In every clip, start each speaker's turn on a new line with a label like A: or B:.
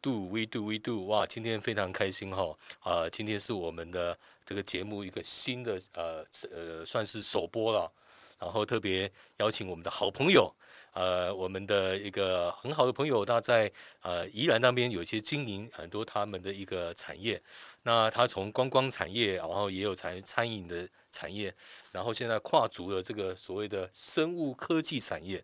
A: do we do，哇，今天非常开心哈、啊、今天是我们的这个节目一个新的呃是呃，算是首播了。然后特别邀请我们的好朋友，呃，我们的一个很好的朋友，他在呃宜兰那边有一些经营很多他们的一个产业。那他从观光产业，然后也有餐餐饮的产业，然后现在跨足了这个所谓的生物科技产业。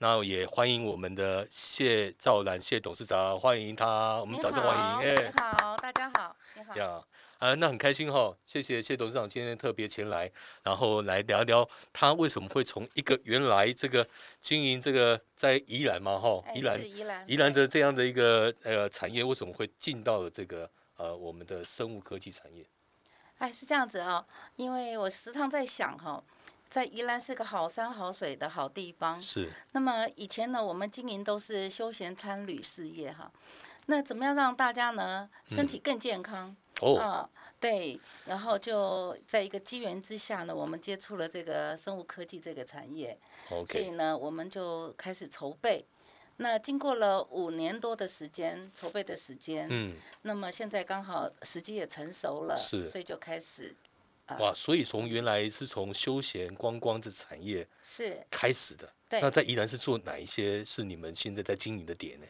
A: 那也欢迎我们的谢兆然谢董事长，欢迎他，我
B: 我
A: 们掌声欢迎， 哎
B: 你。好，大家好，你好。
A: 呀，啊，那很开心哈、谢谢谢董事长今天特别前来，然后来聊聊他为什么会从一个原来这个经营这个在宜兰嘛哈、
B: 哎
A: 宜兰
B: 是宜兰，
A: 宜兰
B: 对
A: 的这样的一个呃产业为什么会进到了这个呃我们的生物科技产业？
B: 哎是这样子哦，因为我时常在想哈、哦，在宜兰是个好山好水的好地方。
A: 是
B: 那么以前呢，我们经营都是休闲餐旅事业哈。那怎么样让大家呢身体更健康？
A: 嗯哦，
B: 啊，对，然后就在一个机缘之下呢，我们接触了这个生物科技这个产业。所以
A: OK，
B: 呢，我们就开始筹备。那经过了五年多的时间筹备的时间，
A: 嗯，
B: 那么现在刚好时机也成熟了，
A: 是
B: 所以就开始呃
A: 哇，所以从原来是从休闲观光的产业
B: 是
A: 开始的，
B: 对
A: 那在宜兰是做哪一些是你们现在在经营的点呢？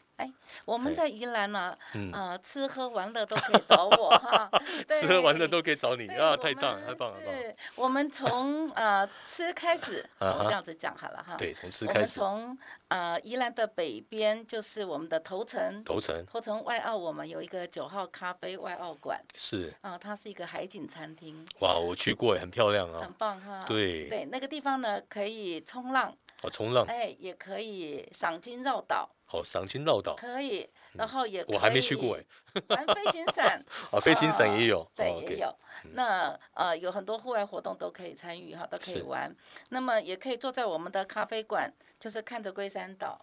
B: 我们
A: 嘿
B: 在宜兰呢、
A: 哎嗯，
B: 呃，吃喝玩乐都可以找我哈
A: 吃喝玩乐
B: 对
A: 都可以找你
B: 对
A: 啊，
B: 我
A: 太棒了，
B: 们
A: 太棒了，太棒了
B: 是我们从呃吃开始，
A: 啊
B: 我
A: 哈
B: 这样子讲好了哈。，
A: 对，从吃
B: 我
A: 开
B: 们
A: 始。
B: 从呃宜兰的北边就是我们的头城，
A: 头城
B: 头城外澳我们有一个九号咖啡外澳馆。
A: 是
B: 啊，它是一个海景餐厅，
A: 哇，我去过耶，很漂亮
B: 很
A: 啊。
B: 棒哈。
A: 对，
B: 对，那个地方呢，可以冲浪，
A: 哦，冲浪，
B: 哎，也可以赏金绕岛，
A: 哦，赏金绕岛，
B: 可以，然后也
A: 嗯我还没去过哎
B: 哎。，玩飞行伞，
A: 啊，飞行伞也有，哦
B: 对，
A: ，OK
B: 也有。那呃，有很多户外活动都可以参与哈，都可以
A: 是
B: 玩。那么也可以坐在我们的咖啡馆，就是看着龟山岛，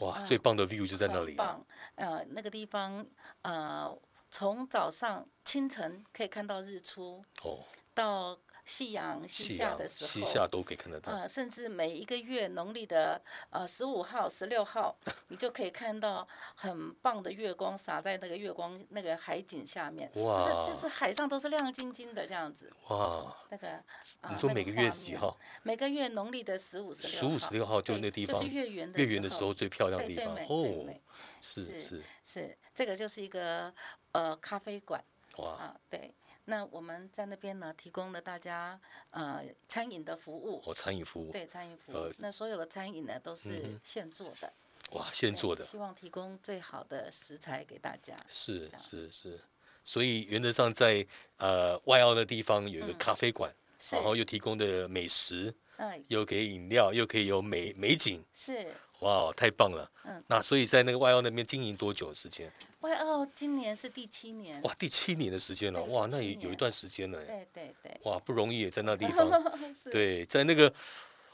A: 哇，
B: 啊
A: 最棒的 view 就在那
B: 很
A: 里啊了，
B: 棒。呃，那个地方呃，从早上清晨可以看到日出，
A: 哦，
B: 到夕阳西
A: 夕
B: 下
A: 阳、
B: 的时候，
A: 西下都可以看得到，
B: 呃，甚至每一个月农历的呃十五号、十 六号，你就可以看到很棒的月光洒在那个月光那个海景下面，
A: 哇
B: 就是就是海上都是亮晶晶的这样子。
A: 哇，
B: 那个，呃
A: 你说
B: 那
A: 每
B: 个
A: 个月
B: 画
A: 几
B: 面？
A: 号？
B: 每个月农历的十五、十
A: 十
B: 六
A: 五、十六号就
B: 对
A: 那地
B: 就
A: 方
B: 是，月圆的
A: 月圆的时候最漂亮的地
B: 对，最
A: 方
B: 美最
A: 哦
B: 美，
A: 是
B: 是
A: 是，
B: 是这个就是一个呃咖啡馆
A: 哇，
B: 啊，对。那我们在那边呢，提供了大家呃餐饮的服务，
A: 哦，餐饮服务，
B: 对，餐饮服务。
A: 呃
B: 那所有的餐饮呢都
A: 嗯
B: 是
A: 哼
B: 现做的，
A: 哇，现
B: 对
A: 做的，
B: 希望提供最好的食材给大家。
A: 是
B: 这样
A: 是是，所以原则上在呃外澳的地方有一个
B: 嗯
A: 咖啡馆，
B: 是
A: 然，后又提供的美食，
B: 嗯，
A: 又可以饮料，又可以有美美景，
B: 是
A: 哇，哦太棒了！
B: 嗯
A: 那所以在那个外澳那边经营多久的时间？
B: 外澳哦今年是第七年，
A: 哇，第七年的时间了，
B: 对
A: 哇，
B: 第
A: 那
B: 七
A: 也有一
B: 年
A: 段时间了耶，
B: 对对对，
A: 哇，不容易耶，在那地方，
B: 是，
A: 对，在那个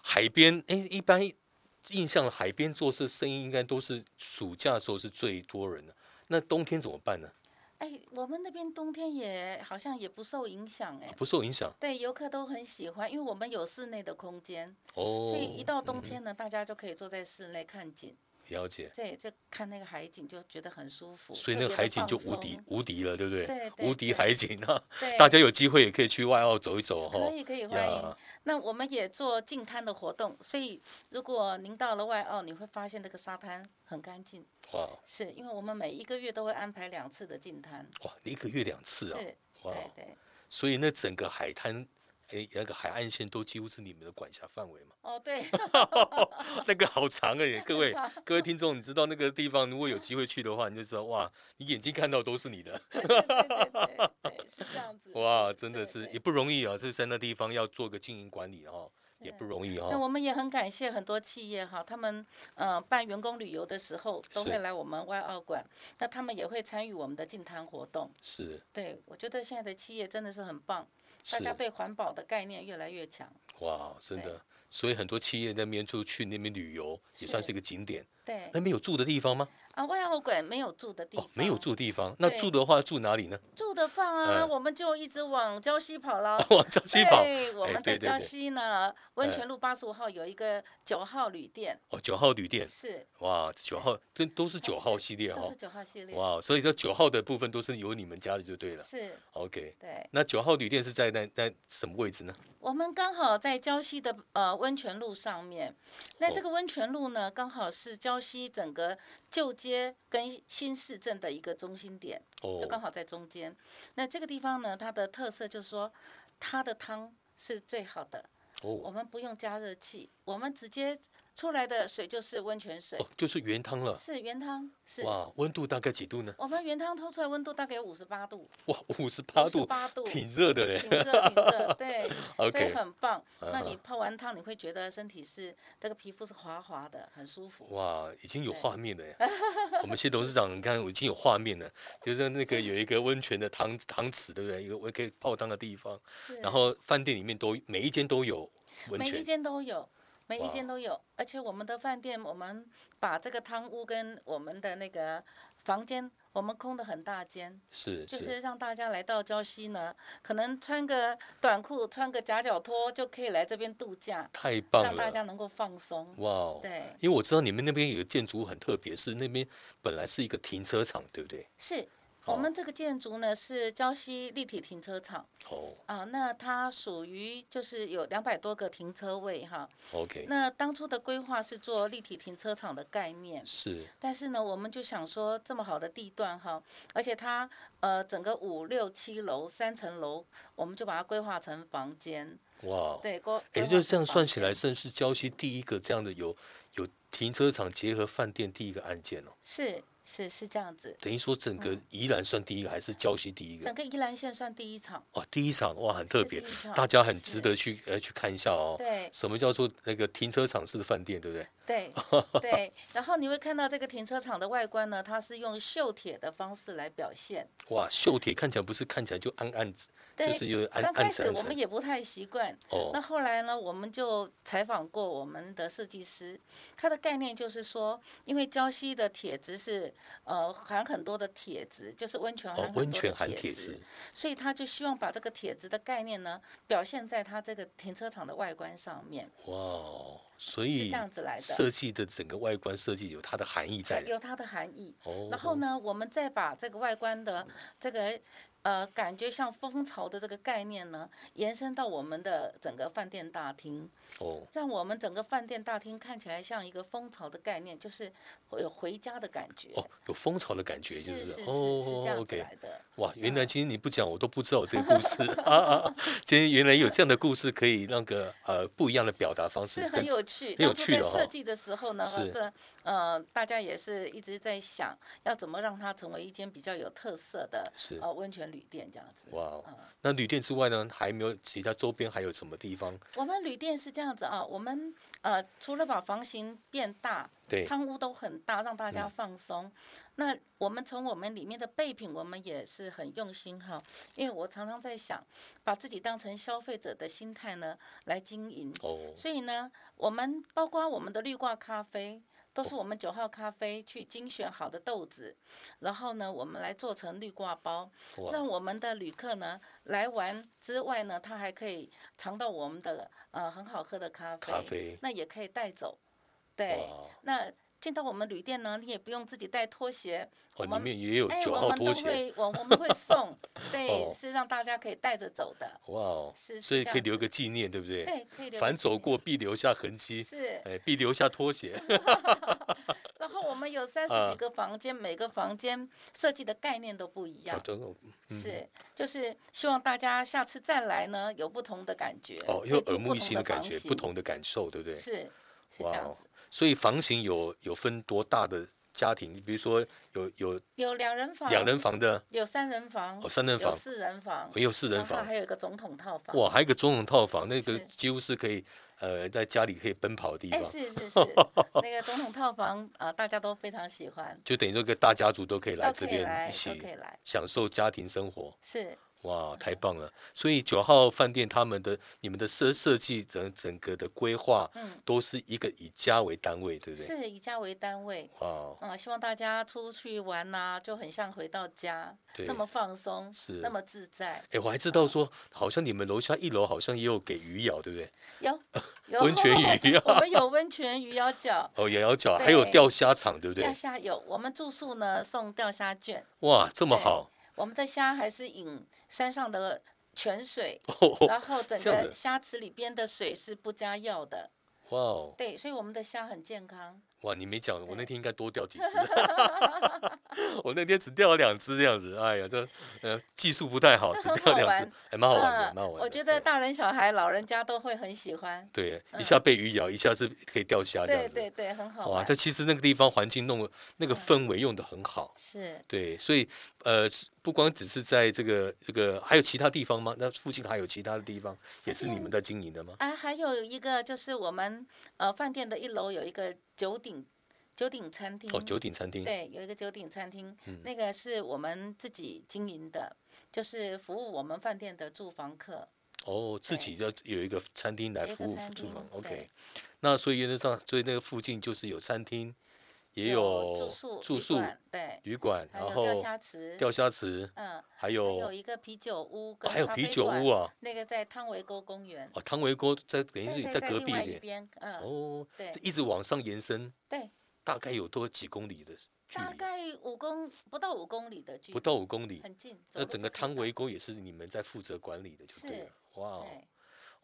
A: 海边，哎，一般印象海边做事生意应该都是暑假的时候是最多人的，那冬天怎么办呢？
B: 哎，我们那边冬天也好像也不受影响哎。
A: 啊不受影响
B: 对，游客都很喜欢，因为我们有室内的空间，
A: 哦，
B: 所以一到冬
A: 嗯
B: 天呢，大家就可以坐在室内看景，
A: 了解，
B: 对，就看那个海景，就觉得很舒服。
A: 所以
B: 特
A: 那个
B: 别
A: 海
B: 地
A: 景
B: 放
A: 就无敌
B: 松，
A: 无敌了，对不对？
B: 对
A: 无
B: 对
A: 敌
B: 对
A: 海景啊！
B: 对，
A: 大家有机会也可以去外澳走一走哈。哦
B: 可以可以欢迎。那我们也做净滩的活动，所以如果您到了外澳，你会发现那个沙滩很干净，
A: 哇
B: 是因为我们每一个月都会安排两次的净滩，
A: 哇，一个月两次啊！
B: 是，
A: 哇，
B: 对对。
A: 所以那整个海滩，哎，那个海岸线都几乎是你们的管辖范围嘛。
B: 哦，对，
A: 那个好长哎、 各位各位听众，你知道那个地方，如果有机会去的话，你就知道哇，你眼睛看到都是你 的，
B: 对对对对对，是这样子。
A: 哇，真的
B: 对
A: 是
B: 对
A: 也不容易啊！这在那地方要做个经营管理哦，也
B: 是
A: 不容易
B: 那
A: 哦。
B: 我们也很感谢很多企业哈，他们呃办员工旅游的时候都
A: 是
B: 会来我们外澳馆，那他们也会参与我们的净滩活动。
A: 是
B: 对，我觉得现在的企业真的是很棒，大
A: 是啊
B: 家对环保的概念越来越强。
A: 哇，真
B: 对
A: 的所以很多企业那边就去那边旅游，也算
B: 是
A: 是一个景点。
B: 对
A: 那边有住的地方吗？
B: 啊，外澳馆没有住的地方，
A: 哦，没有住的地方。那
B: 对
A: 住的话住哪里呢？
B: 住的方啊，
A: 嗯
B: 我们就一直往礁溪跑了。
A: 往江西哦跑。
B: 对，我
A: 哎
B: 们
A: 对
B: 在
A: 对
B: 礁
A: 对
B: 溪呢，温
A: 哎
B: 泉路八十五号有一个九号旅店，
A: 哦，九号旅店，
B: 是
A: 哇，九号这都是九号系列
B: 都
A: 哦
B: 是。九号系列，
A: 哇，所以说九号的部分都是由你们家的就对了。
B: 是
A: OK，
B: 对。
A: 那九号旅店是在那在什么位置呢？
B: 我们刚好在礁溪的呃温泉路上面，那这
A: 哦
B: 个温泉路呢，刚好是礁溪整个旧街跟新市镇的一个中心点，就刚
A: 哦，
B: 好在中间。那这个地方呢，它的特色就是说，它的汤是最好的，我
A: 哦，
B: 们不用加热器，我们直接出来的水就是温泉水，
A: 哦，就是原汤了。
B: 是原汤，是
A: 哇，温度大概几度呢？
B: 我们原汤偷出来温度大概有五十八度，
A: 哇，五十八度，
B: 八度，
A: 挺热的嘞。
B: 挺热挺热，对。所以
A: OK，
B: 很棒。那
A: 嗯
B: 你泡完汤，你会觉得身体是这个皮肤是滑滑的，很舒服。
A: 哇，已经有
B: 对
A: 画面 了耶。我们谢董事长，你看我已经有画面了，就是那个有一个温泉的汤汤池，对不对？一个我可以泡汤的地方，
B: 是
A: 然后饭店里面都每一间都有温
B: 每一
A: 泉。
B: 间都有，每一间
A: 哇
B: 都有。而且我们的饭店，我们把这个汤屋跟我们的那个房间，我们空的很大间，
A: 是
B: 就是是让大家来到礁溪呢，可能穿个短裤，穿个夹脚拖就可以来这边度假，
A: 太棒
B: 让大
A: 了，
B: 家能够放松。
A: 哇哦！
B: 对，
A: 因为我知道你们那边有个建筑物很特别，是那边本来是一个停车场，对不对？
B: 是。
A: 哦
B: 我们这个建筑呢是礁溪立体停车场，
A: 哦
B: 啊，那它属于就是有两百多个停车位哈。
A: ，OK，
B: 那当初的规划是做立体停车场的概念，
A: 是
B: 但是呢，我们就想说这么好的地段哈，而且它呃整个五六七楼三层楼，我们就把它规划成房间，
A: 哇哦，
B: 对，规
A: 哎，
B: 规
A: 就
B: 划
A: 这样
B: 成
A: 算
B: 房
A: 起来，
B: 间
A: 算是礁溪第一个这样的有有停车场结合饭店第一个案件哦。
B: 是是是这样子。
A: 等于说整个宜兰算第一个，还是礁溪第一
B: 嗯整
A: 个？
B: 个宜兰县算第一场，
A: 哇，第一场哇很特
B: 是
A: 别
B: 第一，场
A: 大家很值
B: 是
A: 得去呃去看一下哦。
B: 对
A: 什么叫做那个停车场式的饭店，对不对？
B: 对对。然后你会看到这个停车场的外观呢，它是用锈铁的方式来表现，
A: 哇，锈铁看起来不是看起来就暗暗，就
B: 对
A: 是有暗
B: 刚
A: 暗
B: 开
A: 沉
B: 始我
A: 沉
B: 们也不太习惯，那
A: 哦，
B: 后来呢，我们就采访过我们的设计师，他的概念就是说，因为礁溪的铁质是呃含很多的铁质，就是温泉含
A: 哦
B: 很，多
A: 温
B: 的
A: 泉含
B: 铁
A: 铁
B: 质
A: 质，，
B: 所以他就希望把这个铁质的概念呢，表现在他这个停车场的外观上面，
A: 哇哦，所
B: 是这
A: 以
B: 样子来的，
A: 设计的整个外观设计有它的含义在的。
B: 有它的含义。
A: 哦，
B: 然后呢，我们再把这个外观的这个呃感觉像蜂巢的这个概念呢，延伸到我们的整个饭店大厅。
A: 哦，
B: 让我们整个饭店大厅看起来像一个蜂巢的概念，就是会有回家的感觉。
A: 哦，有蜂巢的感觉，
B: 是
A: 就是
B: 是是这
A: 哦
B: 样子
A: ，OK，
B: 来的。
A: 哇，原来
B: 嗯
A: 今天你不讲，我都不知道有这个故 事啊啊！今天原来有这样的故事，可以那个呃不一样的表达方式
B: 是，很
A: 跟
B: 有趣，
A: 很有
B: 当初
A: 趣
B: 在
A: 的
B: 设
A: 哦
B: 计的时候呢，
A: 是
B: 这呃，大家也是一直在想，要怎么让它成为一间比较有特色的
A: 是
B: 呃温泉旅店这样子。
A: 哇哦
B: 嗯。
A: 那旅店之外呢，还没有其他周边还有什么地方？
B: 我们旅店是这样子啊，我们呃除了把房型变大，
A: 对，嗯
B: 汤屋都很大，让大家放松。那我们从我们里面的备品，我们也是很用心哈，因为我常常在想，把自己当成消费者的心态呢来经营。
A: 哦，
B: 所以呢，我们包括我们的绿挂咖啡，都是我们九号咖啡去精选好的豆子，然后呢，我们来做成绿挂包，
A: 哇，
B: 让我们的旅客呢来玩之外呢，他还可以尝到我们的呃很好喝的咖啡，
A: 咖啡，
B: 那也可以带走，对。
A: 哇，
B: 那进到我们旅店呢，你也不用自己带拖鞋，
A: 哦，
B: 我
A: 里
B: 们
A: 面也有
B: 哎，
A: 九
B: 我
A: 号
B: 们
A: 拖
B: 都
A: 鞋，
B: 会，我我们会送，对
A: 哦，
B: 是让大家可以带着走的，
A: 哇哦，
B: 是是
A: 所以
B: 这
A: 可以
B: 样
A: 留一
B: 子
A: 个纪念，对不对？
B: 对，可以留个
A: 凡
B: 纪
A: 走
B: 念
A: 过必留下痕迹，
B: 是。
A: 哎，必留下拖鞋。
B: 嗯然后我们有三十
A: 啊
B: 几个房间，每个房间设计的概念都不一样
A: 哦，，真的嗯
B: 是，就是希望大家下次再来呢有不同的感觉，
A: 哦，
B: 可
A: 又
B: 以住
A: 耳目
B: 不
A: 一
B: 同
A: 新
B: 的
A: 的感
B: 房
A: 觉，不
B: 型
A: 同的感受，对不对？
B: 是是这
A: 哇
B: 样
A: 哦
B: 子，
A: 所以房型有有分多大的家庭，比如说有有
B: 有两人房，
A: 两人房的，
B: 有三人房
A: 哦，，三人
B: 有
A: 房，
B: 四人房，
A: 也有四人
B: 然后
A: 房。
B: 还有一个总统套房，
A: 哇，还有一个总统套房，那个
B: 是
A: 几乎是可以呃在家里可以奔跑的地
B: 哎，
A: 方，
B: 是 是是，那个总统套房啊、呃大家都非常喜欢，
A: 就等于说个大家族都可以来
B: 都
A: 这
B: 可以
A: 边
B: 来，嗯
A: 一
B: 都
A: 起
B: 可以来，
A: 享受家庭生活。
B: 是
A: 哇，太棒了！所以九号饭店他们的你们的设设计整整个的规划，
B: 嗯，
A: 都是一个以家为单位，对不哦对？
B: 是以家为单位，
A: 哇，
B: 啊、希望大家出去玩呐、就很像回到家，
A: 对
B: 那。么呃放松，
A: 是
B: 那么自在。
A: 哎，我还知道说，好像你们楼下一楼好像也有给鱼咬，对不对？
B: 有有
A: 温泉鱼
B: 我
A: 啊，
B: 们有温泉鱼腰 脚，
A: 哦，也要脚，还有
B: 对
A: 钓虾场，对不
B: 钓
A: 对？
B: 虾有。我们住宿呢送钓虾券，
A: 哇，这么
B: 对
A: 好！
B: 我们的虾还是引山上的泉水，
A: 哦，
B: 然后整
A: 这样
B: 个
A: 子
B: 虾池里边的水是不加药的。
A: 哇哦，
B: 对，所以我们的虾很健康。
A: 哇，你没讲，我那
B: 对
A: 天应该多钓 几只。 我那天只钓了两只这样子，哎呀，这呃技术不太好，只
B: 这很
A: 钓
B: 好
A: 两只
B: 玩，
A: 还蛮好玩的，
B: 嗯
A: 蛮好玩的。
B: 我觉
A: 对
B: 得大人小孩、老人家都会很喜欢。
A: 对，一
B: 嗯
A: 下被鱼咬，一下是可以钓虾这样
B: 对
A: 子。
B: 对对，很好
A: 哇，
B: 玩
A: 这。其实那个地方环境弄得那个
B: 嗯
A: 氛围用的很好。
B: 是，
A: 对，所以呃，是不光只是在这个这个，还有其他地方吗？那附近还有其他的地方也是你们在经营的吗？
B: 啊，还有一个就是我们呃饭店的一楼有一个九鼎九鼎餐厅。
A: 哦，九鼎餐厅。
B: 嗯对，有一个九鼎餐厅，
A: 嗯
B: 那个是我们自己经营的，就是服务我们饭店的住房客。
A: 哦，自己要有一个餐厅来
B: 有一
A: 服
B: 个
A: 务
B: 餐
A: 住
B: 厅
A: 房。
B: 对
A: OK，那所以原则上，所以那个附近就是有餐厅，也
B: 住
A: 有
B: 宿、
A: 住
B: 旅
A: 宿、
B: 馆对，
A: 旅馆，
B: 还
A: 然
B: 有钓
A: 后
B: 虾池，
A: 钓虾池，
B: 嗯，
A: 还
B: 还
A: 有
B: 有一个啤酒屋
A: 哦
B: 跟
A: 还有
B: 咖
A: 啤
B: 啡
A: 酒
B: 馆
A: 屋，啊，
B: 那个在汤围沟公园，
A: 哦，汤唯锅在等于
B: 对
A: 是
B: 对
A: 在隔
B: 另
A: 壁一
B: 外一
A: 点。
B: 边，嗯，
A: 哦，
B: 对
A: 这一直往上延伸，
B: 对，
A: 大概有多几公里的距
B: 大
A: 离？
B: 概五公不到五公里的距离，
A: 不到五公里。
B: 很近，
A: 那
B: 走路
A: 整个
B: 就可以
A: 汤
B: 到
A: 唯沟也是你们在负责管理的，就对了
B: 是。
A: 哇哦
B: 对，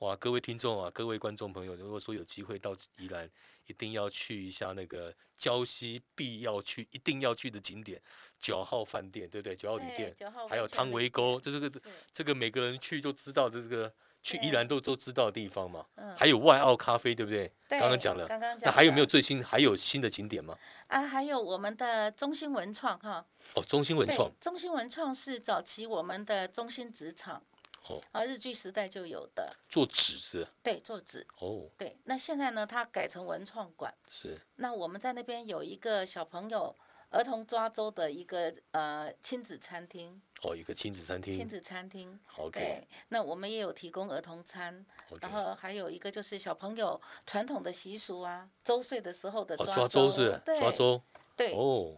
A: 哇，各位听众啊，各位观众朋友，如果说有机会到宜兰，一定要去一下那个礁溪必要去、一定要去的景点——九号饭店，对不对？九号旅
B: 对
A: 店，
B: 九号
A: 还有
B: 温泉
A: 汤
B: 旅
A: 唯沟，这是
B: 是
A: 个这个每个人去都知道的这个。去宜
B: 对
A: 兰都都知道的地方嘛，
B: 嗯，
A: 还有外澳咖啡，对不对？
B: 对
A: 刚刚讲了，
B: 刚刚
A: 那
B: 讲
A: 还有没有
B: 的
A: 最新？还有新的景点吗？
B: 啊？还有我们的中兴文创哈，
A: 哦，中兴文
B: 对，
A: 创，
B: 中心文创是早期我们的中心职场，
A: 哦
B: 啊，日剧时代就有的，
A: 做纸是
B: 对，做纸，
A: 哦，
B: 对。那现在呢，它改成文创馆。
A: 是
B: 那我们在那边有一个小朋友儿童抓周的一个呃亲子餐厅，
A: 哦，一个亲子餐
B: 亲
A: 厅
B: 子餐厅。
A: ，OK
B: 对，那我们也有提供儿童餐，
A: OK，
B: 然后还有一个就是小朋友传统的习俗啊，周岁的时候的
A: 哦，
B: 抓
A: 抓周是
B: 对
A: 抓周，
B: 对，
A: 哦，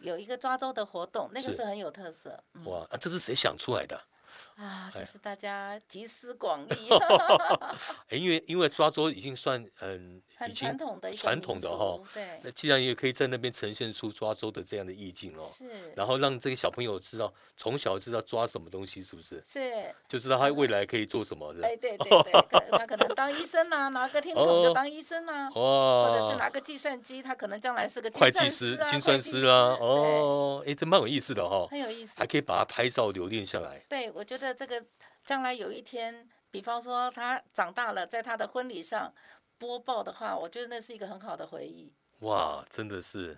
B: 有一个抓周的活动，那个
A: 是
B: 是很有特色。嗯
A: 哇，啊这是谁想出来的啊？
B: 啊，
A: 哎
B: 就是大家集思 广益，
A: 哎，因为因为抓周已经算嗯，已
B: 很
A: 经
B: 传统的一个
A: 传统的
B: 民
A: 哈
B: 俗对，
A: 那既然也可以在那边呈现出抓周的这样的意境哦，
B: 是
A: 然后让这个小朋友知道从小知道抓什么东西，是不是？
B: 是，
A: 就知道他未来可以做什么的。
B: 嗯哎，对对对，可他可能当医生呐，拿个听筒
A: 哦
B: 就当医生呐，
A: 哇，
B: 啊或者是拿个计算机，他可能将来是个
A: 会计
B: 计
A: 师、
B: 啊
A: 精
B: 会
A: 算
B: 计
A: 师啦，
B: 对，
A: 哦，哎，这蛮有意思的哈、
B: 很有意思
A: 还。可以把它拍照留念下来。
B: 对，我觉得这个将来有一天，比方说他长大了，在他的婚礼上播报的话，我觉得那是一个很好的回忆。
A: 哇，真的是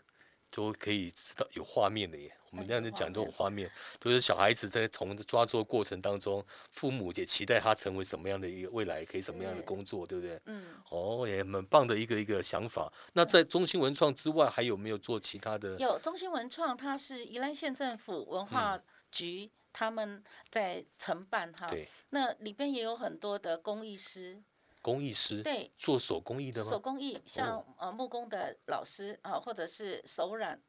A: 都可以知道有画面的耶。我们
B: 哎
A: 这样
B: 有
A: 子
B: 画
A: 讲都有
B: 面
A: 画面，就是小孩子在从抓住的过程当中，父母也期待他成为什么样的一个未来，可以什么样的
B: 是
A: 工作，对不对？
B: 嗯，
A: 哦，也很棒的一个一个想法。那在中兴文创之外，还有没有做其他的？
B: 有中兴文创，它是宜兰县政府文化
A: 嗯
B: 局。他们在承办哈，
A: 对，
B: 那里边也有很多的工艺师，
A: 工艺师
B: 对，
A: 做手工艺的
B: 手
A: 吗？哦
B: 工艺，像、呃木工的老师啊，或者是手染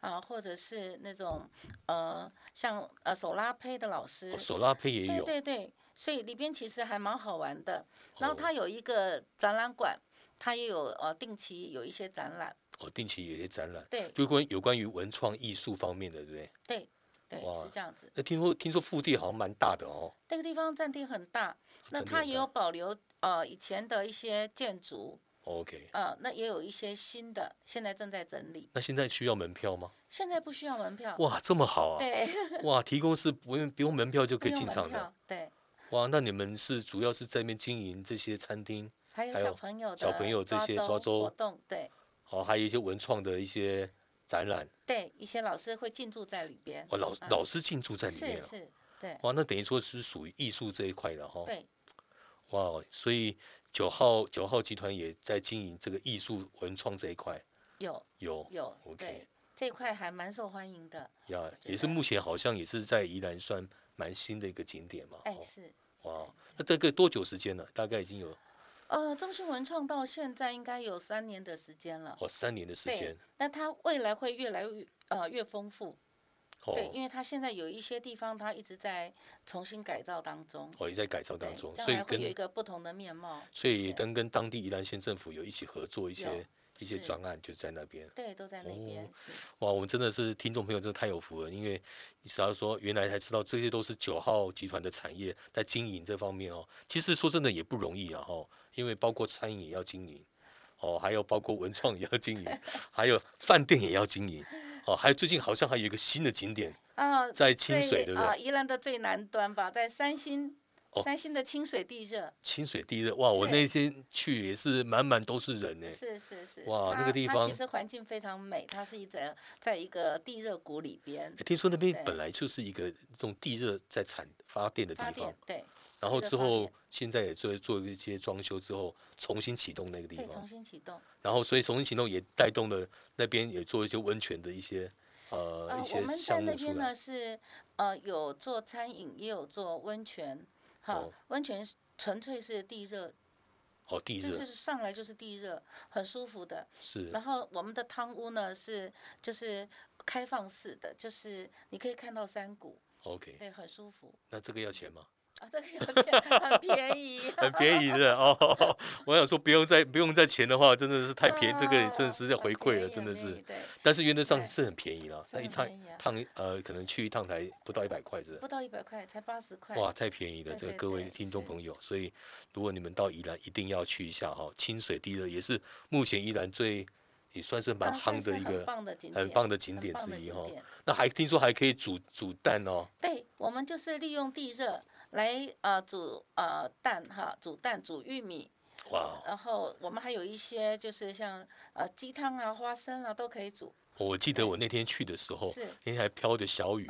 B: 啊，或者是那种呃像呃手拉胚的老师，
A: 哦手拉胚也
B: 对
A: 有。
B: 对对，所以里边其实还蛮好玩的。然后
A: 哦
B: 它有一个展览馆，它也有呃定期有一些展览，
A: 哦，定期有些展览，
B: 对
A: 就关有关于文创艺术方面的，对不对？
B: 对对，
A: 哇
B: 是这样子。
A: 那听说听说腹地好像蛮大的哦。
B: 那个地方占地很大，那
A: 真的
B: 它
A: 哦很
B: 也
A: 大
B: 有保留呃以前的一些建筑，
A: 哦 OK，
B: 呃，那也有一些新的，现在正在整理。
A: 那现在需要门票吗？
B: 现在不需要门票，
A: 哇，这么好啊！
B: 对，
A: 哇，提供是不用不用门票就
B: 不
A: 可以
B: 用
A: 进
B: 门
A: 场的。
B: 票，对。
A: 哇，那你们是主要是在那边经营这些餐厅，
B: 还有
A: 还
B: 小
A: 有
B: 朋友的
A: 小朋友这些抓周
B: 活动，对
A: 哦，还有一些文创的一些展览，
B: 对，一些老师会进驻在里边。
A: 哦，老
B: 啊
A: 老师进驻在里面啊
B: 是
A: 了。
B: 是，对
A: 哇，那等于说是属于艺术这一块的哈、
B: 对，
A: 哦。哇，所以九号九号集团也在经营这个艺术文创这一块，
B: 有
A: 有
B: 有
A: OK
B: 对，这一块还蛮受欢迎的。
A: 呀，
B: 觉
A: 也是
B: 得
A: 目前好像也是在宜兰算蛮新的一个景点嘛。
B: 哎，
A: 哦
B: 是，
A: 哇，那大概多久时间了？大概已经有
B: 呃，中兴文创到现在应该有三年的时间了。
A: 哦三年的时
B: 对
A: 间，
B: 那它未来会越来越呃越丰富，对，
A: 哦
B: 因为它现在有一些地方它一直在重新改造当中，
A: 哦也在改造
B: 对
A: 当，中，
B: 将
A: 所以
B: 来会有一
A: 跟
B: 个不同的面貌。
A: 所以
B: 是
A: 跟跟当地宜兰县政府有一起合作一
B: 有
A: 些一些
B: 是
A: 专案，就在那边。
B: 对，都在那边。
A: 哦
B: 是
A: 哇，我们真的是听众朋友，真的太有福了，因为你只要说原来才知道这些都是九号集团的产业在经营这方面哦，其实说真的也不容易啊哦，因为包括餐饮也要经营，哦，还有包括文创也要经营， 还有饭店也要经营，哦，还有最近好像还有一个新的景点
B: 啊，
A: 在清水，
B: 最
A: 对不
B: 啊，
A: 对？
B: 宜兰的最南端吧，在三星
A: 哦，
B: 三星的清水地热，
A: 清水地热，哇，我
B: 是
A: 那天去也是满满都是人呢，
B: 是是是。
A: 哇那个
B: 它
A: 地
B: 它
A: 方
B: 其实环境非常美，它是一在在一个地热谷里边
A: 诶听说那边
B: 对
A: 本来就是一个这种地热在产发电的地
B: 发
A: 方
B: 电，，对
A: 然后
B: 个
A: 之
B: 方
A: 后
B: 面
A: 现在也做做一些装修之后，重新启动那个地
B: 对，重
A: 方，
B: 新启动。
A: 然后所以重新启动也带动了那边也做一些温泉的一些呃
B: 呃
A: 一，
B: 我
A: 些
B: 们在
A: 项
B: 那
A: 目出
B: 边
A: 来
B: 呢。是呃有做餐饮，也有做温泉，哈
A: 哦，
B: 温泉是纯粹是地热，
A: 哦，地
B: 就
A: 热
B: 是上来就是地热，很舒服的。
A: 是
B: 然后我们的汤屋呢是就是开放式的，就是你可以看到山谷，
A: OK，
B: 对，很舒服。
A: 那这个要 钱吗？。
B: 啊，这个有钱，很便宜
A: 很便宜的哦。 我想说不用再不用再钱的话，真的是 太便宜，这个也真的是要
B: 啊
A: 回馈了，
B: 很
A: 真的
B: 便宜
A: 是
B: 很便宜。对，
A: 但是原则上
B: 对
A: 是很便宜了，
B: 是
A: 那一
B: 很
A: 趟
B: 便宜啊
A: 趟呃可能去一趟才不到一百块，是 吧
B: 不到一百块，才八十块。
A: 哇，太便宜了，
B: 对
A: 这个
B: 对
A: 各位
B: 对
A: 听众
B: 是
A: 朋友，所以如果你们到宜兰，一定要去一下哈、清水地热也是目前宜兰最也算是蛮
B: 啊算
A: 夯
B: 是
A: 的一
B: 很
A: 个
B: 棒的景点，
A: 很棒的景
B: 很
A: 点
B: 棒
A: 之
B: 的
A: 一
B: 景
A: 哈、
B: 点
A: 那还听说还可以煮煮蛋哦，
B: 对，我们就是利用地热来呃煮呃蛋哈，煮蛋煮玉米，
A: 哇！哦
B: 然后我们还有一些就是像呃鸡汤啊、花生啊都可以煮。
A: 我记得我那天去的时候，
B: 是
A: 那天还飘着小雨，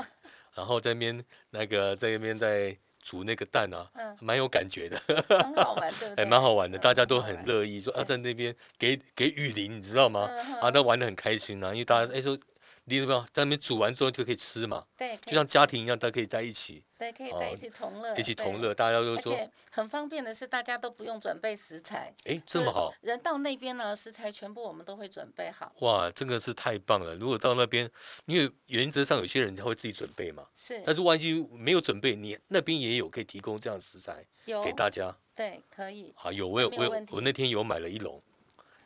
A: 然后在那边那个在那边在煮那个蛋啊，
B: 嗯
A: 蛮有感觉的，
B: 很好玩，对不
A: 还
B: 对？
A: 哎蛮好玩的，
B: 嗯
A: 大家
B: 很
A: 都
B: 好
A: 很
B: 玩
A: 乐意说啊，
B: 对
A: 在那边给给雨林，你知道吗？
B: 嗯
A: 啊，
B: 哼
A: 那玩的很开心啊，因为大家哎说，你怎么样在那边煮完之后就可以吃嘛，
B: 对，可
A: 就
B: 以
A: 像家庭一样，大家可以在一起，
B: 对，可以
A: 哦
B: 在一起同乐，
A: 一起
B: 对
A: 同乐，。大家都
B: 而
A: 说，
B: 且很方便的是，大家都不用准备食材，
A: 哎，这
B: 嗯
A: 么好，
B: 人到那边呢，食材全部我们都会准备好。
A: 哇，这个是太棒了。如果到那边，因为原则上有些人他会自己准备嘛，
B: 是
A: 但是万一没有准备，你那边也有可以提供这样的食材
B: 有
A: 给大家
B: 对，可以
A: 啊。有我有
B: 没有
A: 我有
B: 问题
A: 我那天有买了一笼，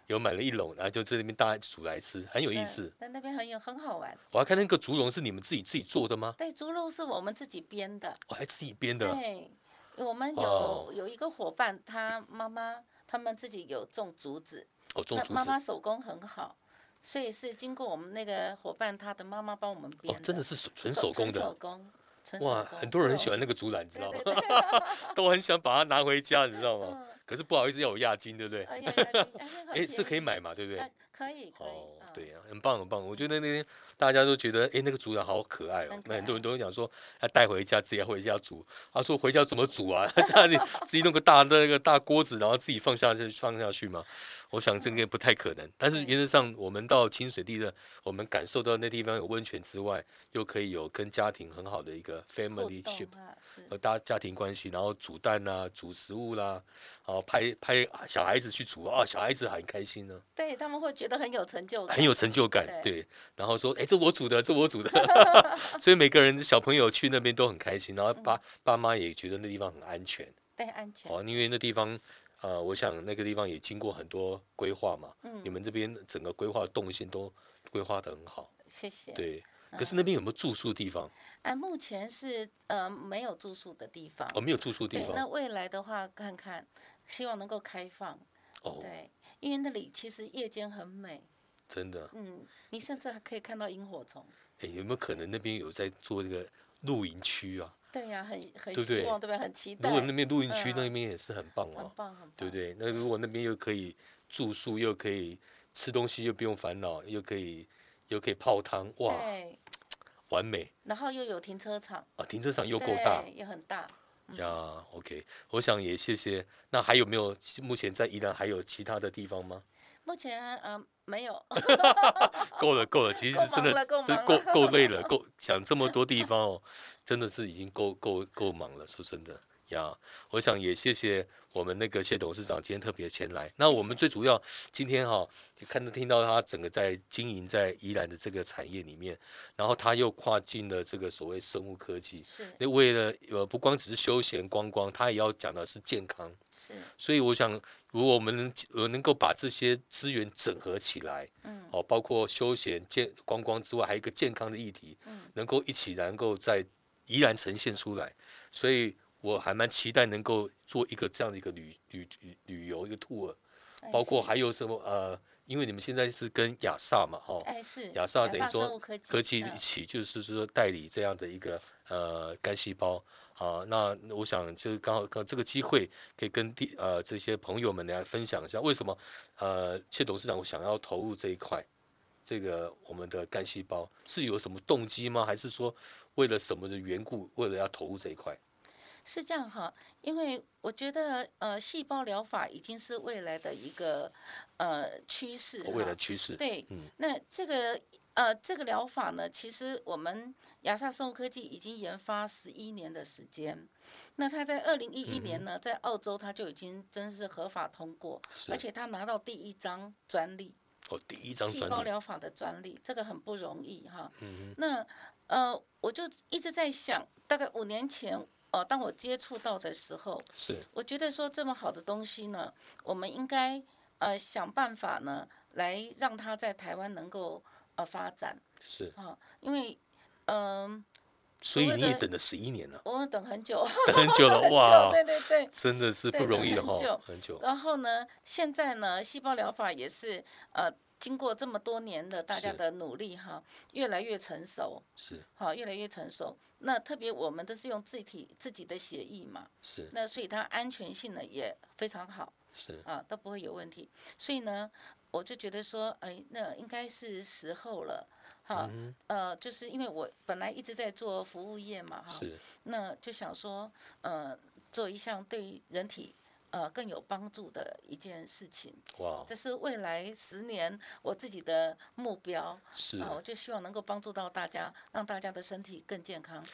A: 有买了一笼，然后就在那边大家煮来吃，很有意
B: 嗯
A: 思。
B: 但那边很有很好玩。
A: 我还看那个竹笼是你们自己自己做的吗？
B: 对，猪肉是我们自己编的，
A: 我还自己编的啊，
B: 对，我们
A: 哦
B: 有有一个伙伴，他妈妈他们自己有种竹子，
A: 哦，种
B: 那
A: 竹
B: 妈
A: 子
B: 妈手工很好，所以是经过我们那个伙伴他的妈妈帮我们编
A: 哦，真的是手纯手工
B: 纯
A: 的啊
B: 手。工，纯手
A: 哇，
B: 工
A: 很多人很喜
B: 对
A: 欢那个竹篮，你知道吗
B: 对？对对，
A: 都很想把它拿回家，你知道吗？
B: 嗯，
A: 可是不好意思，要有押金，对不对？
B: 哎呀，呀哎呀好
A: 哎，是
B: 便
A: 可以
B: 宜
A: 买嘛，对不对
B: 哎？可以可以，
A: 哦
B: 嗯，
A: 对呀，很棒很棒。我觉得那天大家都觉得，哎，那个竹篮好可爱哦
B: 很。可
A: 那很多人
B: 爱
A: 都会讲说，要带回家，自己要回家煮。他说回家怎么煮啊？ 这样子自己弄个大的那个大锅子，然后自己放下去放下去嘛？我想这个不太可能。但是
B: 嗯对
A: 原则上，我们到清水地热，我们感受到那地方有温泉之外，又可以有跟家庭很好的一个
B: 互
A: family ship
B: 动。啊是
A: 和大家家庭关系，然后煮蛋啦、煮食物啦，然后拍拍小孩子去煮啊，小孩子很开心呢、
B: 对他们会觉得很有成就感，
A: 很有成就感，
B: 对
A: 对。然后说，哎，这我煮的，这我煮的， 所以每个人小朋友去那边都很开心，然后
B: 嗯
A: 爸爸妈也觉得那地方很安全，
B: 对安全，
A: 哦，因为那地方，呃，我想那个地方也经过很多规划嘛，你
B: 嗯，
A: 们这边整个规划动线都规划的很好，
B: 谢谢。
A: 对。可是那边有没有住宿地方？
B: 哎，目前是呃没有住宿的地方，
A: 哦，没有住宿地
B: 嗯对，那
A: 方，
B: 未来的话看看，希望能够开放，
A: 哦，
B: 对，因为那里其实夜间很美，
A: 真的。
B: 嗯，你甚至还可以看到萤火虫，
A: 哎，有没有可能那边有在做这个露营区啊？
B: 对呀、很很
A: 对不对
B: 希望对吧？很期
A: 如
B: 待，
A: 果那边露营区
B: 嗯
A: 那边也是很棒
B: 很
A: 哦，
B: 棒很棒，
A: 对不对？那如果那边又可以住宿，又可以吃东西，又不用烦恼，又可以又可以泡汤，哇，
B: 对
A: 完美
B: 然后又有停车场，
A: 啊！停车场又
B: 又
A: 够大
B: 也很大，嗯
A: 呀，OK。我想也谢谢。那还有没有目前在宜兰还有其他的地方吗？
B: 目前呃没有，
A: 够了，够了，其实
B: 够
A: 真的
B: 忙了够
A: 真
B: 忙
A: 够
B: 了
A: 够累了，够想这么多地方哦，真的是已经够够够忙了，说真的呀。我想也谢谢我们那个谢董事长今天特别前来。那我们最主要今天哈、就看到听到他整个在经营在宜兰的这个产业里面，然后他又跨进了这个所谓生物科技。
B: 是
A: 那为了呃，不光只是休闲观光，他也要讲的是健康。
B: 是，
A: 所以我想，如果我们能呃能够把这些资源整合起来，
B: 嗯
A: 哦，包括休闲、健观光之外，还有一个健康的议题，
B: 嗯，
A: 能够一起能够在宜兰呈现出来，所以我还蛮期待能够做一个这样的一个旅旅旅旅游一个 tour，
B: 哎
A: 包括
B: 是
A: 还有什么呃，因为你们现在是跟亚萨嘛，哦，
B: 哎是
A: 亚萨等于说
B: 生物科技
A: 科技一
B: 嗯
A: 起，就是说代理这样的一个呃干细胞啊。那我想就是刚好刚这个机会，可以跟地呃这些朋友们来分享一下，为什么呃谢董事长想要投入这一块，这个我们的干细胞是有什么动机吗？还是说为了什么的缘故，为了要投入这一块？
B: 是这样哈，因为我觉得呃，细胞疗法已经是未来的一个呃趋势哈。
A: 哦未来趋势，
B: 对，
A: 嗯
B: 那这个呃这个疗法呢，其实我们亚萨生物科技已经研发十一年的时间。那它在二零一一
A: 嗯
B: 年呢，在澳洲它就已经真是合法通过，
A: 是
B: 而且它拿到第一张专利。
A: 哦，第一张
B: 细胞
A: 专利，
B: 疗法的专利，这个很不容易哈。
A: 嗯
B: 那呃，我就一直在想，大概五年前，呃，当我接触到的时候，
A: 是
B: 我觉得说这么好的东西呢，我们应该呃想办法呢，来让它在台湾能够呃发展
A: 是，
B: 哈、因为嗯、
A: 所以
B: 所谓
A: 你也
B: 的
A: 等了十一 年了，
B: 我们等很久，
A: 等很久了，哇，
B: 对对对。
A: 真的是
B: 对
A: 不容
B: 等
A: 易的
B: 很
A: 哈
B: 久，呃
A: 很久。
B: 然后呢，现在呢，细胞疗法也是呃，经过这么多年的大家
A: 是
B: 的努力哈，越来越成熟，
A: 是
B: 好，越来越成熟。那特别我们都是用自体自己的血液嘛，
A: 是
B: 那所以它安全性呢也非常好
A: 是
B: 啊，都不会有问题。所以呢，我就觉得说，哎，那应该是时候了。哈，
A: 嗯
B: 呃，就是因为我本来一直在做服务业嘛，
A: 哼，
B: 哈，
A: 是
B: 那就想说，呃，做一项对人体呃更有帮助的一件事情，
A: 哇，
B: 这是未来十年我自己的目标
A: 是
B: 啊，我就希望能够帮助到大家，让大家的身体更健康。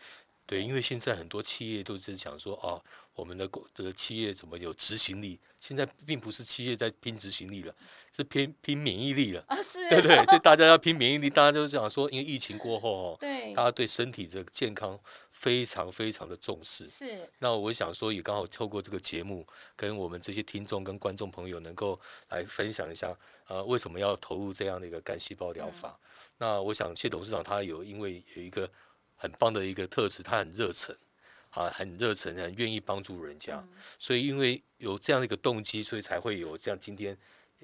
A: 对，因为现在很多企业都是想说啊，我们的国这个企业怎么有执行力？现在并不是企业在拼执行力了，是拼拼免疫力了，
B: 啊，是，
A: 对不对？所以大家要拼免疫力，大家都想说，因为疫情过后哦，
B: 对
A: 大家对身体的健康非常非常的重视。
B: 是
A: 那我想说，也刚好透过这个节目，跟我们这些听众跟观众朋友能够来分享一下，呃，为什么要投入这样的一个干细胞疗法？那我想谢董事长他有因为有一个很棒的一个特质，他很热忱，啊，很热忱，很愿意帮助人家，所以因为有这样的一个动机，所以才会有这样今天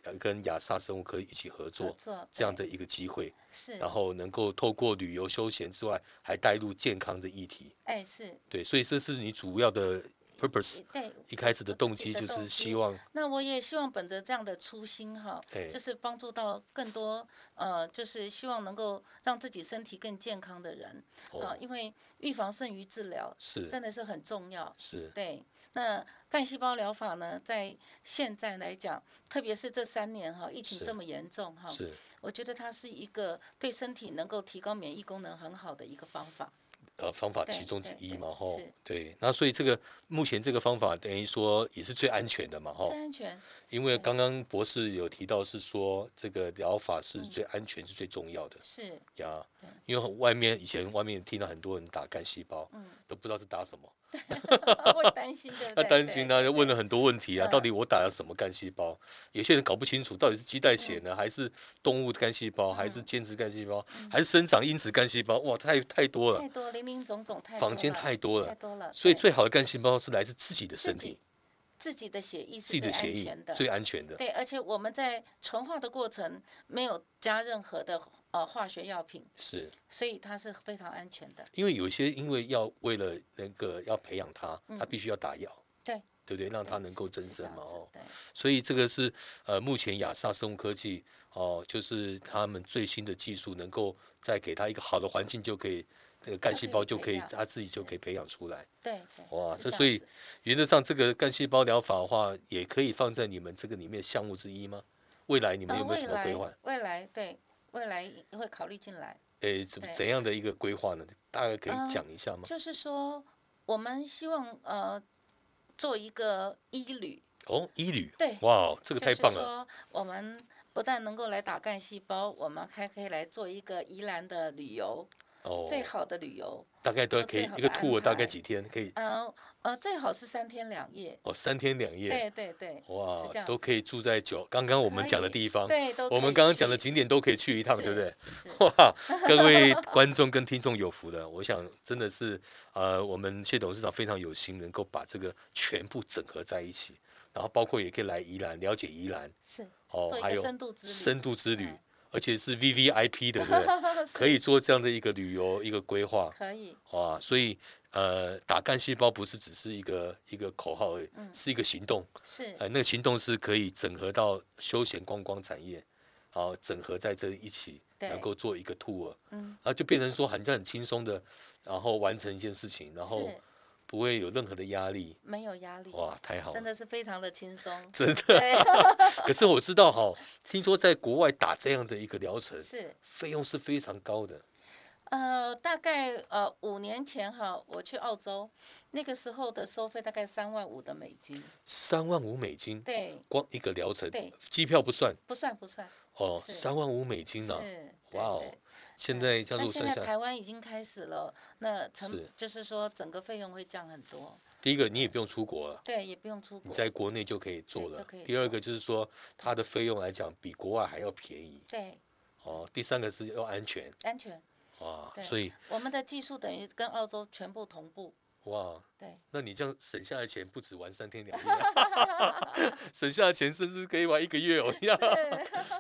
A: 呃跟亚萨生物科一起合
B: 合
A: 作
B: 作
A: 这样
B: 对
A: 的一个机会，
B: 是，
A: 然后能够透过旅游休闲之外，还带入健康的议题。
B: 哎是，
A: 对，所以这是你主要的 purpose，
B: 对。
A: 一开始的
B: 我自
A: 动
B: 己
A: 机
B: 的
A: 就
B: 动
A: 是希
B: 机
A: 望，
B: 那我也希望本着这样的初心哈，
A: 哎
B: 就，是帮助到更多呃，就是希望能够让自己身体更健康的人啊、
A: 哦，
B: 因为预防胜于治疗，
A: 是
B: 真的是很重要。
A: 是
B: 对，那干细胞疗法呢，在现在来讲，特别是这三年哈，疫情
A: 是
B: 这么严重哈，
A: 是，
B: 我觉得它是一个对身体能够提高免疫功能很好的一个方法。
A: 呃，方法其
B: 对
A: 中之
B: 对
A: 一
B: 对
A: 嘛，吼
B: 是，
A: 对，那所以这个目前这个方法等于说也是最安全的嘛，吼
B: 最，安全，
A: 因为刚刚博士有提到是说这个疗法是最安全是最重要的
B: 是，
A: 呀
B: 嗯对，
A: 因为外面以前外面听到很多人打干细胞
B: 嗯，
A: 都不知道是打什么，
B: 会担心对不
A: 那
B: 对？
A: 担心呢，就问了很多问题啊，到
B: 嗯
A: 底我打了什么干细胞？有些人搞不清楚，到底是基带血呢，还是动物干细胞，还是
B: 嗯
A: 间质干细胞，还是生长因子干细胞？哇，太太多
B: 对
A: 了
B: 太，多零零总总太多
A: 房间
B: 了
A: 太多
B: 太
A: 了。
B: 多了，
A: 所以
B: 对
A: 最好的干细胞是来自自己的身
B: 自己
A: 体，
B: 自己的血液是
A: 自己
B: 最
A: 的血
B: 安
A: 液
B: 全的，
A: 最安全的。
B: 对，而且我们在纯化的过程没有加任何的呃化学药品，
A: 是
B: 所以它是非常安全的。
A: 因为有一些因为要为了那个要培养它，它
B: 嗯
A: 必须要打药，
B: 对，
A: 对不对？让它
B: 对
A: 能够
B: 是
A: 增
B: 是这
A: 生
B: 样
A: 嘛，
B: 子
A: 哦。
B: 对，
A: 所以这个是呃，目前亚萨生物科技哦，就是他们最新的技术，能够再给它一个好的环境，就可以这个干
B: 就
A: 细
B: 可以
A: 胞就
B: 培
A: 可以
B: 养
A: 它自己就是可以培养出来。
B: 对对。
A: 哇，
B: 是
A: 这
B: 样
A: 所以
B: 子
A: 原则上这个干细胞疗法的话，也可以放在你们这个里面的项目之一吗？未来你们
B: 呃
A: 有没有什么规划？
B: 未来未来对未来会考虑进来，
A: 诶，怎么
B: 对
A: 怎样的一个规划呢？大概可
B: 嗯
A: 以讲一下吗？
B: 就是说我们希望呃做一个医旅，
A: 哦，医旅，
B: 对
A: 哇哦，这个
B: 就
A: 太
B: 是
A: 棒了，
B: 说我们不但能够来打干细胞，我们还可以来做一个宜兰的旅游，
A: 哦，
B: 最好的旅游。
A: 大概都
B: 做
A: 可以
B: 最好
A: 一个
B: 的安
A: tour 大概
B: 排
A: 几天可以？
B: 呃呃，最好是三天两夜。
A: 哦，三天两夜，
B: 对对对，
A: 哇
B: 是这，样
A: 都
B: 子
A: 可以住在酒刚刚我们
B: 可
A: 讲的
B: 以
A: 地方，
B: 对都
A: 我
B: 可
A: 们
B: 以
A: 刚刚讲的哦
B: 去
A: 景点都可以去一趟，对
B: 是
A: 不对？
B: 是
A: 哇，各位观众跟听众有福的，我想真的是，呃，我们谢董事长非常有心，能够把这个全部整合在一起，然后包括也可以来宜兰了解宜兰，
B: 是
A: 哦
B: 做，一
A: 还
B: 个
A: 有
B: 深度之旅，
A: 深度之旅
B: 嗯，
A: 而且是 V V I P 的，对不 对？可
B: 以
A: 以啊做这样的一个旅游一个规划，
B: 可以
A: 哇，所以呃，打干细胞不是只是一个一个口号而已，
B: 嗯
A: 是一个行动。
B: 是
A: 呃，那个行动是可以整合到休闲观光产业，好、整合在这一起，能
B: 对
A: 够做一个 tour，
B: 嗯，
A: 啊，就变成说好像很轻松的，然后完成一件事情，然后
B: 是
A: 不会有任何的压力，
B: 没有压力，
A: 哇，太好
B: 真
A: 了，。
B: 的是非常的轻松
A: 真的。
B: 对，
A: 可是我知道哈、听说在国外打这样的一个疗程，
B: 是
A: 费用是非常高的，
B: 呃，大概呃五年前哈，我去澳洲，那个时候的收费大概三万五的美金，
A: 三万五美金，
B: 对，
A: 光一个疗程，
B: 对，
A: 机票不算
B: 不算不算，
A: 哦，
B: 是
A: 三万五美金
B: 是，
A: 呢、
B: 对
A: 哇哦
B: 对
A: 现
B: 嗯
A: 在这样
B: 那
A: 子我
B: 现
A: 算
B: 在
A: 下来，
B: 台湾已经开始了，那
A: 是
B: 成就是说整个费用会降很多，
A: 第一个你也不用出国啊了。
B: 对，也不用出
A: 你
B: 国，
A: 在国内就可以做
B: 对
A: 了
B: 就可以。
A: 第二
B: 做
A: 个就是说，它的费用来讲比国外还要便宜
B: 对，
A: 哦。第三个是要安全
B: 安全。
A: 啊，
B: 对
A: 所以
B: 我们的技术等于跟澳洲全部同步，
A: 哇，
B: 对，
A: 那你这样省下的钱不止玩三天两夜啊， 省下的钱甚至可以玩一个 月哦，一样，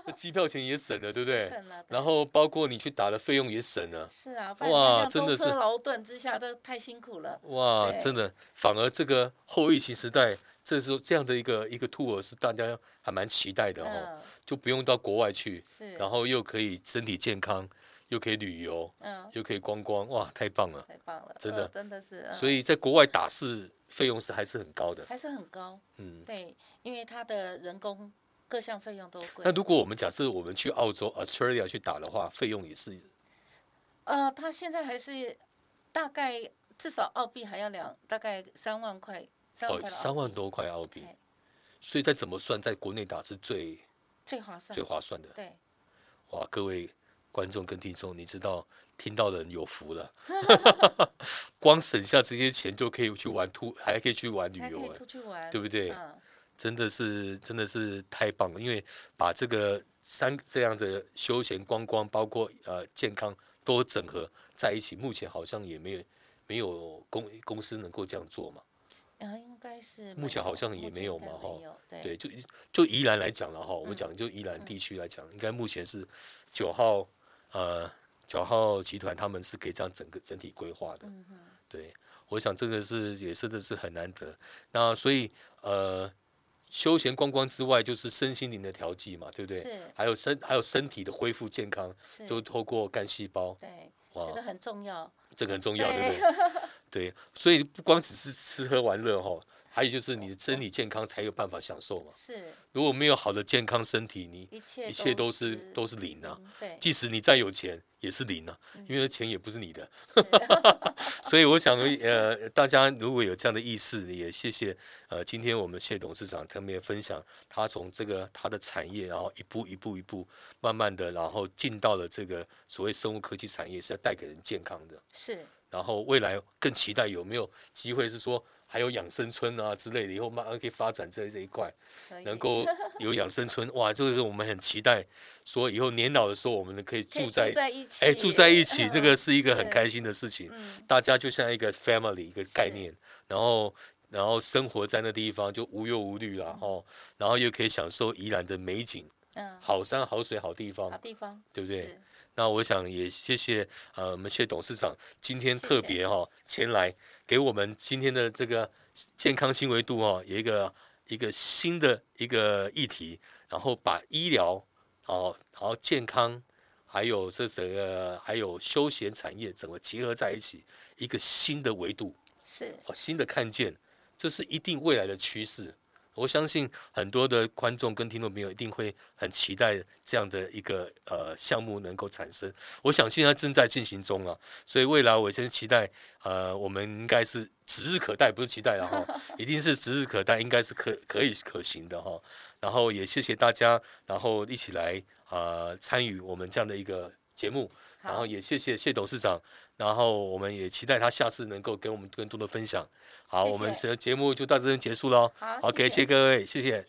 A: 那机票钱也省了， 对不对？
B: 啊省了。对
A: 然后包括你去打的费用也省了。
B: 是啊，不然
A: 哇
B: 像
A: 真的
B: 舟车
A: 是
B: 劳顿之下，这太辛苦了。
A: 哇，
B: 对
A: 真的，反而这个后疫情时代，这时候这样的一个一个 tour 是大家还蛮期待的哦，
B: 嗯，
A: 就不用到国外去，
B: 是。
A: 然后又可以身体健康，又可以旅游，
B: 嗯，
A: 又可以观光，哇，太棒了！
B: 太棒了，
A: 真
B: 呃
A: 的
B: 真的是。嗯
A: 所以在国外打是费用是还是很高的，
B: 还是很高，
A: 嗯。
B: 对，因为它的人工各项费用都贵
A: 那。如果我们假设我们去澳洲 Australia 去打的话，费用也是
B: 呃，它现在还是大概至少澳币还要两，大概三万块，三
A: 哦
B: 万块哎的澳
A: 三万
B: 币
A: 多块澳币
B: 对，
A: 所以再怎么算，在国内打是最
B: 最划算
A: 最。划算的。
B: 对，
A: 哇，各位观众跟听众，你知道听到的人有福 了，光省下这些钱就可以去玩兔，还可以去玩旅
B: 还可
A: 游
B: 以
A: 了，
B: 出去玩，
A: 对不对？
B: 嗯，
A: 真的是真的是太棒了，因为把这个三这样的休闲观光，包括呃健康都整合在一起，目前好像也没有没有公公司能够这样做嘛。
B: 呃，应该是
A: 目
B: 没
A: 前好像也
B: 目
A: 没
B: 前
A: 有
B: 应该
A: 嘛
B: 没
A: 哈
B: 有对
A: 对，就就宜兰来讲了哈，我
B: 嗯
A: 讲就宜兰地区来讲，应该目前是九号呃九号集团他们是可以这样整个整体规划的。
B: 嗯哼，
A: 对，我想这个是也真的是很难得。那所以呃，休闲观光之外，就是身心灵的调剂嘛，对不对？
B: 是
A: 还有身还有身体的恢复健康，
B: 是，
A: 都啊透过干细胞，
B: 对，这
A: 哇
B: 个，很重要，
A: 这个很重要，对不对？ 对，所以不光只是吃喝玩乐哈，还有就是你的身体健康才有办法享受嘛。
B: 是
A: 如果没有好的健康身体，你
B: 一切
A: 一切都是
B: 是
A: 都是零啊。
B: 嗯对，
A: 即使你再有钱，也是零啊，因为钱也不是你的。
B: 是
A: 所以我想，呃，大家如果有这样的意识，也谢谢，呃，今天我们谢董事长特别分享，他从这个他的产业，然后一步一步一步，慢慢的，然后进到了这个所谓生物科技产业，是要带给人健康的。
B: 是
A: 然后未来更期待有没有机会是说，还有养生村啊之类的，以后慢慢可以发展这这一块，
B: 可以
A: 能够 有养生村，哇，这个是我们很期待，说以后年老的时候，我们可以
B: 可以
A: 住在
B: 住，在一起，
A: 哎，住在一起，这个
B: 嗯
A: 是一个很
B: 是
A: 开心的事情。
B: 嗯
A: 大家就像一个 family 一个概
B: 是
A: 念，然后然后生活在那地方就无忧无虑啦，哦，然后又可以享受宜兰的美景，
B: 嗯，
A: 好山好水好地方
B: 好。地方，
A: 对不对
B: 是？
A: 那我想也谢谢呃我们谢董事长今天
B: 谢
A: 特
B: 谢
A: 别哈、哦、前来给我们今天的这个健康新维度哦有一个一个新的一个议题，然后把医疗哦然后健康。还有这整个，还有休闲产业整个结合在一起，一个新的维度。
B: 是
A: 哦，新的看见，这是一定未来的趋势。我相信很多的观众跟听众朋友一定会很期待这样的一个呃项目能够产生。我想现在正在进行中啊，所以未来我先期待，呃，我们应该是指日可待，不是期待了哈，一定是指日可待，应该是可可以可行的哈。然后也谢谢大家，然后一起来呃参与我们这样的一个节目。然后
B: 好，
A: 也谢谢谢董事长，然后我们也期待他下次能够跟我们更多的分享。好，
B: 谢
A: 我们
B: 谢
A: 的节目就到这边结束喽。
B: 好
A: OK，
B: 谢谢
A: 谢谢各位，谢谢。